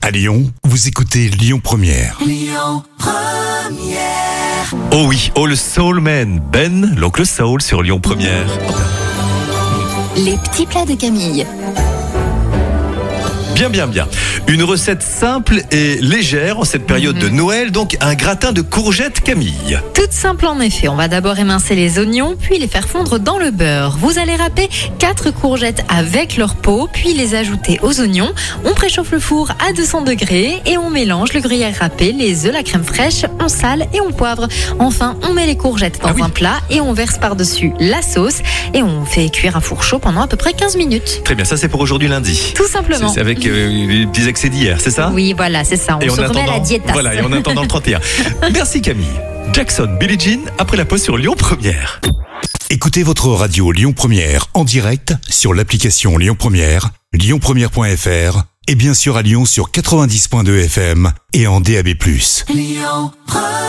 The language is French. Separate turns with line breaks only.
À Lyon, vous écoutez Lyon Première.
Oh oui, oh le Soul Man, Ben, l'oncle Soul sur Lyon Première.
Les petits plats de Camille.
Bien, bien, bien. Une recette simple et légère en cette période de Noël, donc un gratin de courgettes Camille.
Toute simple en effet, on va d'abord émincer les oignons, puis les faire fondre dans le beurre. Vous allez râper 4 courgettes avec leur peau, puis les ajouter aux oignons. On préchauffe le four à 200 degrés et on mélange le gruyère râpé, les œufs, la crème fraîche, on sale et on poivre. Enfin, on met les courgettes dans
Ah oui.
un plat et on verse par-dessus la sauce et on fait cuire à four chaud pendant à peu près 15 minutes.
Très bien, ça c'est pour aujourd'hui lundi.
Tout
C'est
simplement.
c'est avec euh, les petits excès d'hier, c'est ça
Oui, voilà, c'est ça. On
Et en
se remet à la
attendant-
diète.
Voilà, et en attendant le 31. Merci Camille. Jackson, Billie Jean, après la pause sur Lyon Première.
Écoutez votre radio Lyon Première en direct sur l'application Lyon Première, lyonpremière.fr et bien sûr à Lyon sur 90.2 FM et en DAB+.
Lyon Première.